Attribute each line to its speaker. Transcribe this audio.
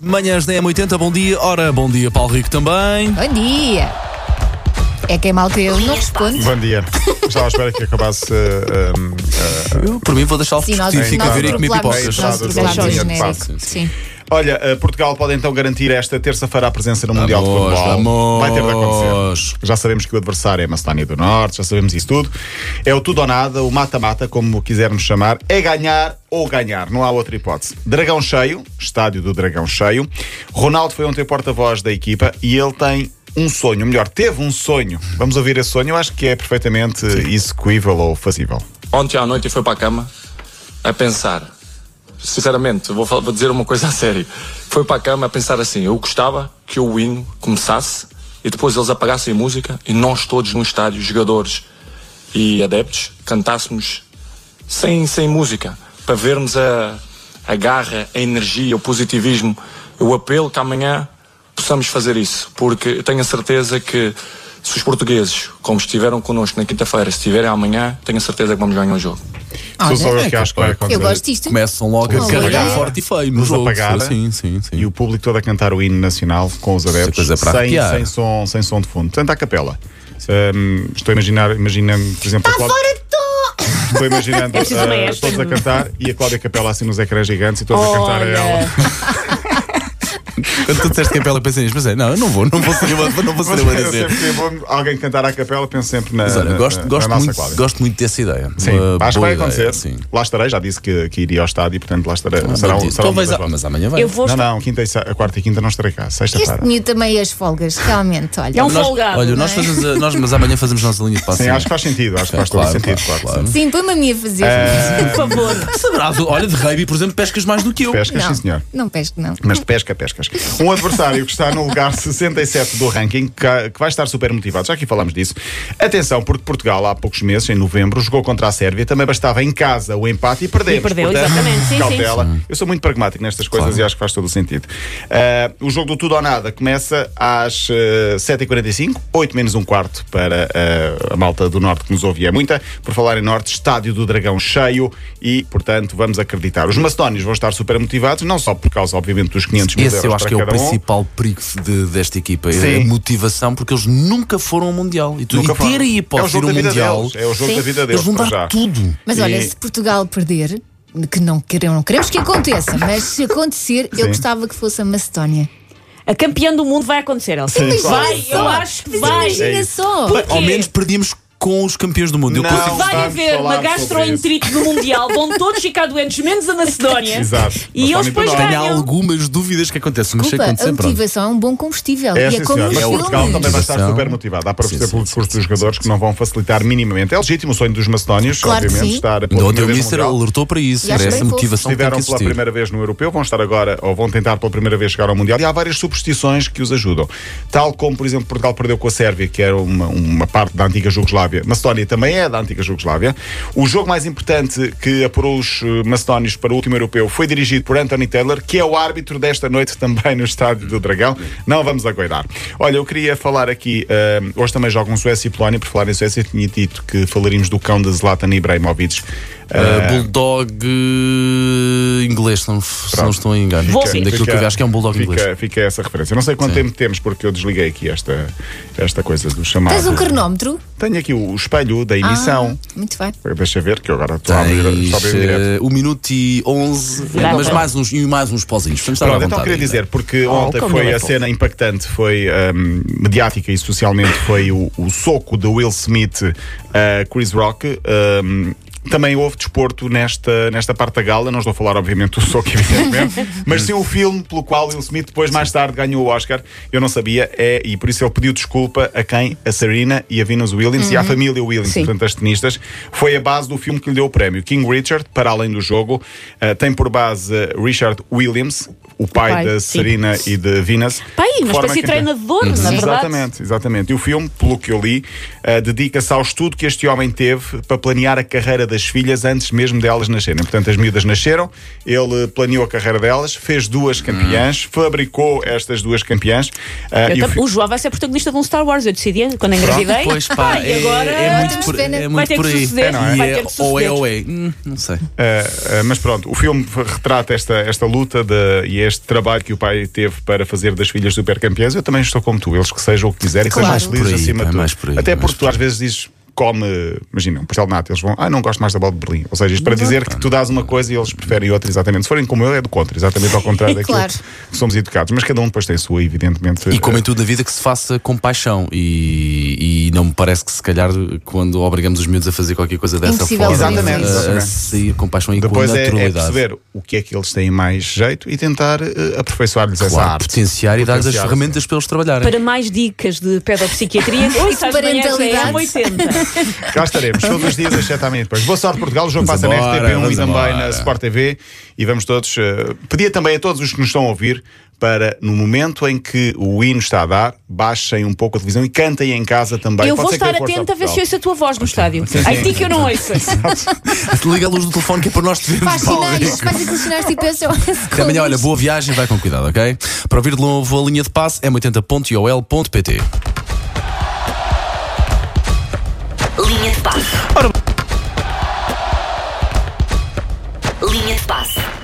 Speaker 1: Manhãs da M80, bom dia. Ora, bom dia, Paulo Rico também.
Speaker 2: Bom dia! É que é malta, eu não respondo.
Speaker 3: Bom dia. Estava à espera que acabasse. Uh, um, uh,
Speaker 1: Eu, por mim, vou deixar o
Speaker 2: Sim, nós,
Speaker 1: repetir.
Speaker 2: nós,
Speaker 1: Fica a ver e comer
Speaker 2: atropelamos-
Speaker 1: pipocas.
Speaker 2: nós atropelamos
Speaker 3: Sim,
Speaker 2: o
Speaker 3: sim,
Speaker 2: genérico.
Speaker 3: sim.
Speaker 2: Sim.
Speaker 3: olha, uh, Portugal pode então garantir esta terça-feira a presença no Mundial de
Speaker 1: Vamos,
Speaker 3: Futebol.
Speaker 1: vamos.
Speaker 3: Vai ter de acontecer. Já sabemos que o adversário é a Macedónia do Norte, já sabemos isso tudo. É o tudo ou nada, o mata-mata, como quisermos chamar. É ganhar ou ganhar, não há outra hipótese. Dragão cheio, estádio do Dragão cheio. Ronaldo foi ontem porta-voz da equipa e ele tem. Um sonho, melhor, teve um sonho. Vamos ouvir esse sonho, eu acho que é perfeitamente execuível ou fazível.
Speaker 4: Ontem à noite eu fui para a cama a pensar. Sinceramente, vou, fal- vou dizer uma coisa a sério. Foi para a cama a pensar assim: eu gostava que o hino começasse e depois eles apagassem a música e nós todos no estádio, jogadores e adeptos, cantássemos sem, sem música para vermos a, a garra, a energia, o positivismo. Eu apelo que amanhã possamos fazer isso, porque eu tenho a certeza que se os portugueses, como estiveram connosco na quinta-feira, estiverem amanhã, tenho a certeza que vamos ganhar o jogo.
Speaker 3: Tu sabes
Speaker 1: é
Speaker 3: o que
Speaker 1: que-
Speaker 3: acho que vai
Speaker 1: olha,
Speaker 3: acontecer.
Speaker 2: Eu gosto disto.
Speaker 1: Começam logo a
Speaker 2: Vamos
Speaker 1: carregar
Speaker 2: apagar.
Speaker 1: forte e feio no
Speaker 3: Vamos
Speaker 1: jogo.
Speaker 3: apagar.
Speaker 1: Sim, sim, sim.
Speaker 3: e o público todo a cantar o hino nacional com os adeptos,
Speaker 1: coisa para
Speaker 3: sem,
Speaker 1: arrepiar.
Speaker 3: sem, som, sem som de fundo. Portanto, à capela. Ahm, estou a imaginar, imagina, por exemplo, a
Speaker 2: Tá
Speaker 3: Cláudia,
Speaker 2: Fora de tom!
Speaker 3: estou imaginando
Speaker 5: preciso
Speaker 3: ah,
Speaker 5: uma extra.
Speaker 3: todos a cantar e a Cláudia Capela assim nos ecrãs gigantes e todos a cantar a ela.
Speaker 2: é Olha!
Speaker 1: Quando tu disseste capela, pensei nisso, mas é, não, eu não vou, não vou ser eu, a- não vou ser eu a
Speaker 3: Eu
Speaker 1: dizer.
Speaker 3: sempre É, que vou alguém cantar à capela, penso sempre na,
Speaker 1: Mas olha,
Speaker 3: na-
Speaker 1: gosto,
Speaker 3: na
Speaker 1: gosto,
Speaker 3: nossa
Speaker 1: muito,
Speaker 3: Cláudia.
Speaker 1: gosto muito dessa ideia.
Speaker 3: Sim,
Speaker 1: Uma
Speaker 3: acho
Speaker 1: boa
Speaker 3: que
Speaker 1: ideia,
Speaker 3: vai acontecer.
Speaker 1: sim.
Speaker 3: Lá estarei, já disse que, que iria ao estádio, portanto lá estarei. será um, será
Speaker 1: Talvez,
Speaker 3: uma das
Speaker 1: a-
Speaker 3: vossas.
Speaker 1: então, mas amanhã vai.
Speaker 5: Eu vou
Speaker 3: Não, não, quinta e, sa- quarta e quinta não estarei cá, sexta-feira.
Speaker 2: Este miúdo também e as folgas, realmente, olha.
Speaker 5: É um
Speaker 1: Nós-
Speaker 5: folgado,
Speaker 1: olha,
Speaker 5: não
Speaker 1: nós
Speaker 2: é?
Speaker 1: fazemos, a- nós, mas amanhã fazemos nossa linha de passo.
Speaker 3: Sim, acho que faz sentido, acho que faz todo
Speaker 1: claro,
Speaker 3: sentido,
Speaker 1: claro,
Speaker 3: claro.
Speaker 1: claro.
Speaker 2: Sim, põe-me a mim a fazer.
Speaker 3: Ah,
Speaker 5: por favor.
Speaker 1: Sabrás, olha, de rugby, por exemplo, pescas mais do que eu.
Speaker 3: Pescas, sim, senhor.
Speaker 2: Não, não pesco, não.
Speaker 3: Mas de pesca, pescas. Um adversário que está no lugar 67 do ranking, que que vai estar super motivado, já aqui falámos disso. Atenção, porque Portugal, há poucos meses, em novembro, jogou contra a Sérvia, também bastava em casa o empate e perdemos.
Speaker 5: E perdeu, exatamente. Sim,
Speaker 3: cautela. Eu sou muito pragmático nestas coisas
Speaker 1: Hum. Claro.
Speaker 3: e acho que faz todo o sentido. Ah, o jogo do tudo ou nada começa às eh, 7h45, 8 menos um quarto para ah, a malta do Norte que nos ouve e é muita. Por falar em Norte, estádio do Dragão cheio e, portanto, vamos acreditar. Os macedónios vão estar super motivados, não só por causa, obviamente, dos 500 mil
Speaker 1: Esse eu
Speaker 3: euros
Speaker 1: acho
Speaker 3: para
Speaker 1: que é o
Speaker 3: cada um.
Speaker 1: principal perigo de- desta equipa. É a
Speaker 3: Sim.
Speaker 1: motivação, porque eles nunca foram ao Mundial. E, tu,
Speaker 3: Nunca
Speaker 1: e ter a
Speaker 3: falam.
Speaker 1: hipótese de
Speaker 3: é o
Speaker 1: ir ao
Speaker 3: jogo da vida
Speaker 1: Mundial,
Speaker 3: deles, é o jogo
Speaker 2: Sim.
Speaker 3: da vida
Speaker 1: eles
Speaker 3: deles.
Speaker 1: vão dar
Speaker 3: para já.
Speaker 1: tudo.
Speaker 2: Mas olha,
Speaker 3: E-
Speaker 2: se Portugal perder, que não queremos, não queremos que aconteça, mas se acontecer, eu
Speaker 3: Sim.
Speaker 2: gostava que fosse a Macedónia.
Speaker 5: A campeã do mundo vai acontecer, Elsa.
Speaker 3: Sim, claro,
Speaker 5: vai, eu
Speaker 3: claro.
Speaker 5: acho que
Speaker 2: Mas
Speaker 5: vai.
Speaker 3: É
Speaker 2: imagina
Speaker 3: isso.
Speaker 2: só!
Speaker 5: Por-
Speaker 1: Ao
Speaker 5: quê?
Speaker 1: menos perdíamos com os campeões do mundo. Eu
Speaker 3: Não.
Speaker 1: consigo-
Speaker 5: Vai
Speaker 3: Vamos
Speaker 5: haver
Speaker 3: falar
Speaker 5: uma
Speaker 3: sobre
Speaker 5: gastroenterite no Mundial, vão todos ficar doentes, menos a Macedónia.
Speaker 3: Exato.
Speaker 5: E
Speaker 3: Nós
Speaker 5: eles
Speaker 3: também
Speaker 5: depois
Speaker 3: não.
Speaker 1: Tenho
Speaker 5: ganham.
Speaker 1: algumas dúvidas que acontecem, mas sei que
Speaker 2: Desculpa, a
Speaker 1: acontece pronto.
Speaker 2: motivação é um bom combustível.
Speaker 3: É,
Speaker 2: e
Speaker 3: sim,
Speaker 2: é como
Speaker 3: senhora.
Speaker 2: nos
Speaker 3: Mas Portugal também
Speaker 2: filmes.
Speaker 3: vai estar
Speaker 1: Motivação.
Speaker 3: super motivado. Dá para
Speaker 1: Sim,
Speaker 3: perceber
Speaker 1: sim,
Speaker 3: pelo
Speaker 1: sim,
Speaker 3: discurso
Speaker 1: sim,
Speaker 3: dos jogadores que não vão facilitar minimamente. É legítimo o sonho dos macedónios,
Speaker 2: Claro que
Speaker 3: obviamente,
Speaker 2: sim.
Speaker 3: estar pela
Speaker 1: Ontem o
Speaker 3: primeira vez no
Speaker 1: Mister
Speaker 3: Mundial.
Speaker 1: alertou para isso,
Speaker 2: E
Speaker 1: para
Speaker 2: acho
Speaker 1: essa
Speaker 2: bem fofo.
Speaker 1: motivação que tem que
Speaker 3: Estiveram pela
Speaker 1: existir.
Speaker 3: primeira vez no europeu, vão estar agora, ou vão tentar pela primeira vez chegar ao Mundial. E há várias superstições que os ajudam. Tal como, por exemplo, Portugal perdeu com a Sérvia, que era uma, uma parte da antiga Jugoslávia. Macedónia também é da antiga Jugoslávia. O jogo mais importante que apurou os eh, macedónios para o último europeu foi dirigido por Anthony Taylor, que é o árbitro desta noite também no Estádio do Dragão. Não vamos aguardar. Olha, eu queria falar aqui, eh, hoje também jogam Suécia e Polónia. Por falar em Suécia, eu tinha dito que falaríamos do cão de Zlatan Ibrahimovic.
Speaker 1: Uh, bulldog uh, inglês, se não, se não estou em engano.
Speaker 5: Vou sim.
Speaker 1: Daquilo que eu vi, acho que é um bulldog
Speaker 3: fica,
Speaker 1: inglês.
Speaker 3: Fica essa referência. Não sei quanto tempo temos, porque eu desliguei aqui esta, esta coisa do chamado.
Speaker 2: Tens um cronómetro?
Speaker 3: Tenho aqui o espelho da emissão.
Speaker 2: Ah, muito bem.
Speaker 3: Deixa ver, que eu agora estou a abrir,
Speaker 1: Tens
Speaker 3: estou a abrir em direto.
Speaker 1: eh, um minuto e onze,
Speaker 5: Dá,
Speaker 1: mas
Speaker 5: dá.
Speaker 1: mais uns, e mais uns pozinhos. Vamos estar à
Speaker 3: Pronto,
Speaker 1: vontade
Speaker 3: então queria
Speaker 1: ainda.
Speaker 3: dizer, porque
Speaker 5: Oh,
Speaker 3: ontem
Speaker 5: como
Speaker 3: foi
Speaker 5: não é
Speaker 3: a
Speaker 5: pouco.
Speaker 3: cena impactante, foi hum, mediática e socialmente, foi o, o soco de Will Smith a Chris Rock. hum, também houve desporto nesta, nesta parte da gala, não estou a falar, obviamente, do soco, evidentemente, mas sim o filme pelo qual Will Smith depois, mais tarde, ganhou o Oscar. Eu não sabia, é, e por isso ele pediu desculpa a quem? A Serena e a Venus Williams e à família Williams,
Speaker 5: Sim.
Speaker 3: portanto, das tenistas, foi a base do filme que lhe deu o prémio. King Richard, para além do jogo, eh, tem por base eh, Richard Williams, o pai,
Speaker 5: pai,
Speaker 3: da
Speaker 5: sim.
Speaker 3: Serena e de Venus.
Speaker 5: Pai, uma
Speaker 3: Forma
Speaker 5: espécie de
Speaker 3: que-
Speaker 5: treinador, na verdade.
Speaker 3: Exatamente, exatamente. E o filme, pelo que eu li, eh, dedica-se ao estudo que este homem teve para planear a carreira da das filhas antes mesmo delas nascerem. Portanto, as miúdas nasceram, ele planeou a carreira delas, fez duas campeãs, fabricou estas duas campeãs. ah,
Speaker 5: Eu
Speaker 3: e o
Speaker 5: tam-
Speaker 3: fi-
Speaker 5: O João vai ser protagonista de um Star Wars, eu decidi quando engravidei.
Speaker 1: Pois pá,
Speaker 5: e
Speaker 1: é,
Speaker 5: agora
Speaker 1: é muito
Speaker 2: temos
Speaker 1: por,
Speaker 2: pena.
Speaker 1: é
Speaker 5: Vai
Speaker 1: muito
Speaker 5: ter
Speaker 1: por
Speaker 5: que
Speaker 1: aí.
Speaker 5: suceder,
Speaker 3: não é?
Speaker 1: E
Speaker 5: vai ter
Speaker 1: é
Speaker 5: que
Speaker 1: ou é
Speaker 5: suceder.
Speaker 1: ou é. Hum, não sei.
Speaker 3: Uh, uh, mas pronto, o filme f- retrata esta, esta luta de- e este trabalho que o pai teve para fazer das filhas super campeãs. Eu também estou como tu, eles que sejam o que quiserem, que
Speaker 2: Claro.
Speaker 3: sejam mais
Speaker 2: Mais
Speaker 1: por
Speaker 3: felizes
Speaker 1: aí,
Speaker 3: acima
Speaker 1: pá,
Speaker 3: de
Speaker 1: É
Speaker 3: tudo.
Speaker 1: mais por aí, é
Speaker 3: Até
Speaker 1: mais
Speaker 3: porque tu
Speaker 1: por
Speaker 3: às vezes dizes, come, imagina, um pastel de nata, eles vão, ah, não gosto mais da bola de Berlim. Ou seja, isto para dizer que tu dás uma coisa e eles preferem outra, exatamente. Se forem como eu, é do contra, exatamente ao contrário daquilo
Speaker 2: Claro.
Speaker 3: que somos educados. Mas cada um depois tem a sua, evidentemente. eh,
Speaker 1: E como em tudo na vida, que se faça com paixão. E, e não me parece que, se calhar, quando obrigamos os miúdos a fazer qualquer coisa dessa
Speaker 2: Impossível
Speaker 1: forma,
Speaker 3: de
Speaker 1: a-
Speaker 3: dizer.
Speaker 1: a,
Speaker 3: Exatamente.
Speaker 1: sair com paixão e
Speaker 3: Depois
Speaker 1: com
Speaker 3: é, é
Speaker 1: naturalidade.
Speaker 3: perceber o que é que eles têm mais jeito e tentar eh, aperfeiçoar-lhes essa
Speaker 1: claro,
Speaker 3: arte.
Speaker 1: potenciar e dar-lhes as
Speaker 3: Potenciar,
Speaker 1: ferramentas para eles trabalharem.
Speaker 5: Para mais dicas de pedopsiquiatria, ouça às manhãs da
Speaker 2: parentalidade.
Speaker 5: 80
Speaker 3: Cá estaremos, todos os dias às 7 da manhã depois. Boa sorte, Portugal. O jogo
Speaker 1: Vamos
Speaker 3: passa na
Speaker 1: embora,
Speaker 3: RTP1 e
Speaker 1: vamos
Speaker 3: também na
Speaker 1: embora.
Speaker 3: Sport TV. E vamos todos. eh, pedia também a todos os que nos estão a ouvir para, no momento em que o hino está a dar, baixem um pouco a televisão e cantem em casa também.
Speaker 5: Eu
Speaker 3: Pode
Speaker 5: vou
Speaker 3: ser que dê
Speaker 5: estar
Speaker 3: força
Speaker 5: atenta a ver se
Speaker 3: Portugal.
Speaker 5: ouço a tua voz no estádio. Ai, ti que eu não ouço.
Speaker 1: Liga a luz do telefone que é para nós te vermos,
Speaker 2: Faz
Speaker 1: Paulo
Speaker 2: sinais,
Speaker 1: Rico.
Speaker 2: faz aqueles sinais tipo SOS.
Speaker 1: Até amanhã, olha, boa viagem, vai com cuidado, ok? Para ouvir de novo a linha de passe, m80.iol.pt.
Speaker 6: Linha de passe. Linha de passe.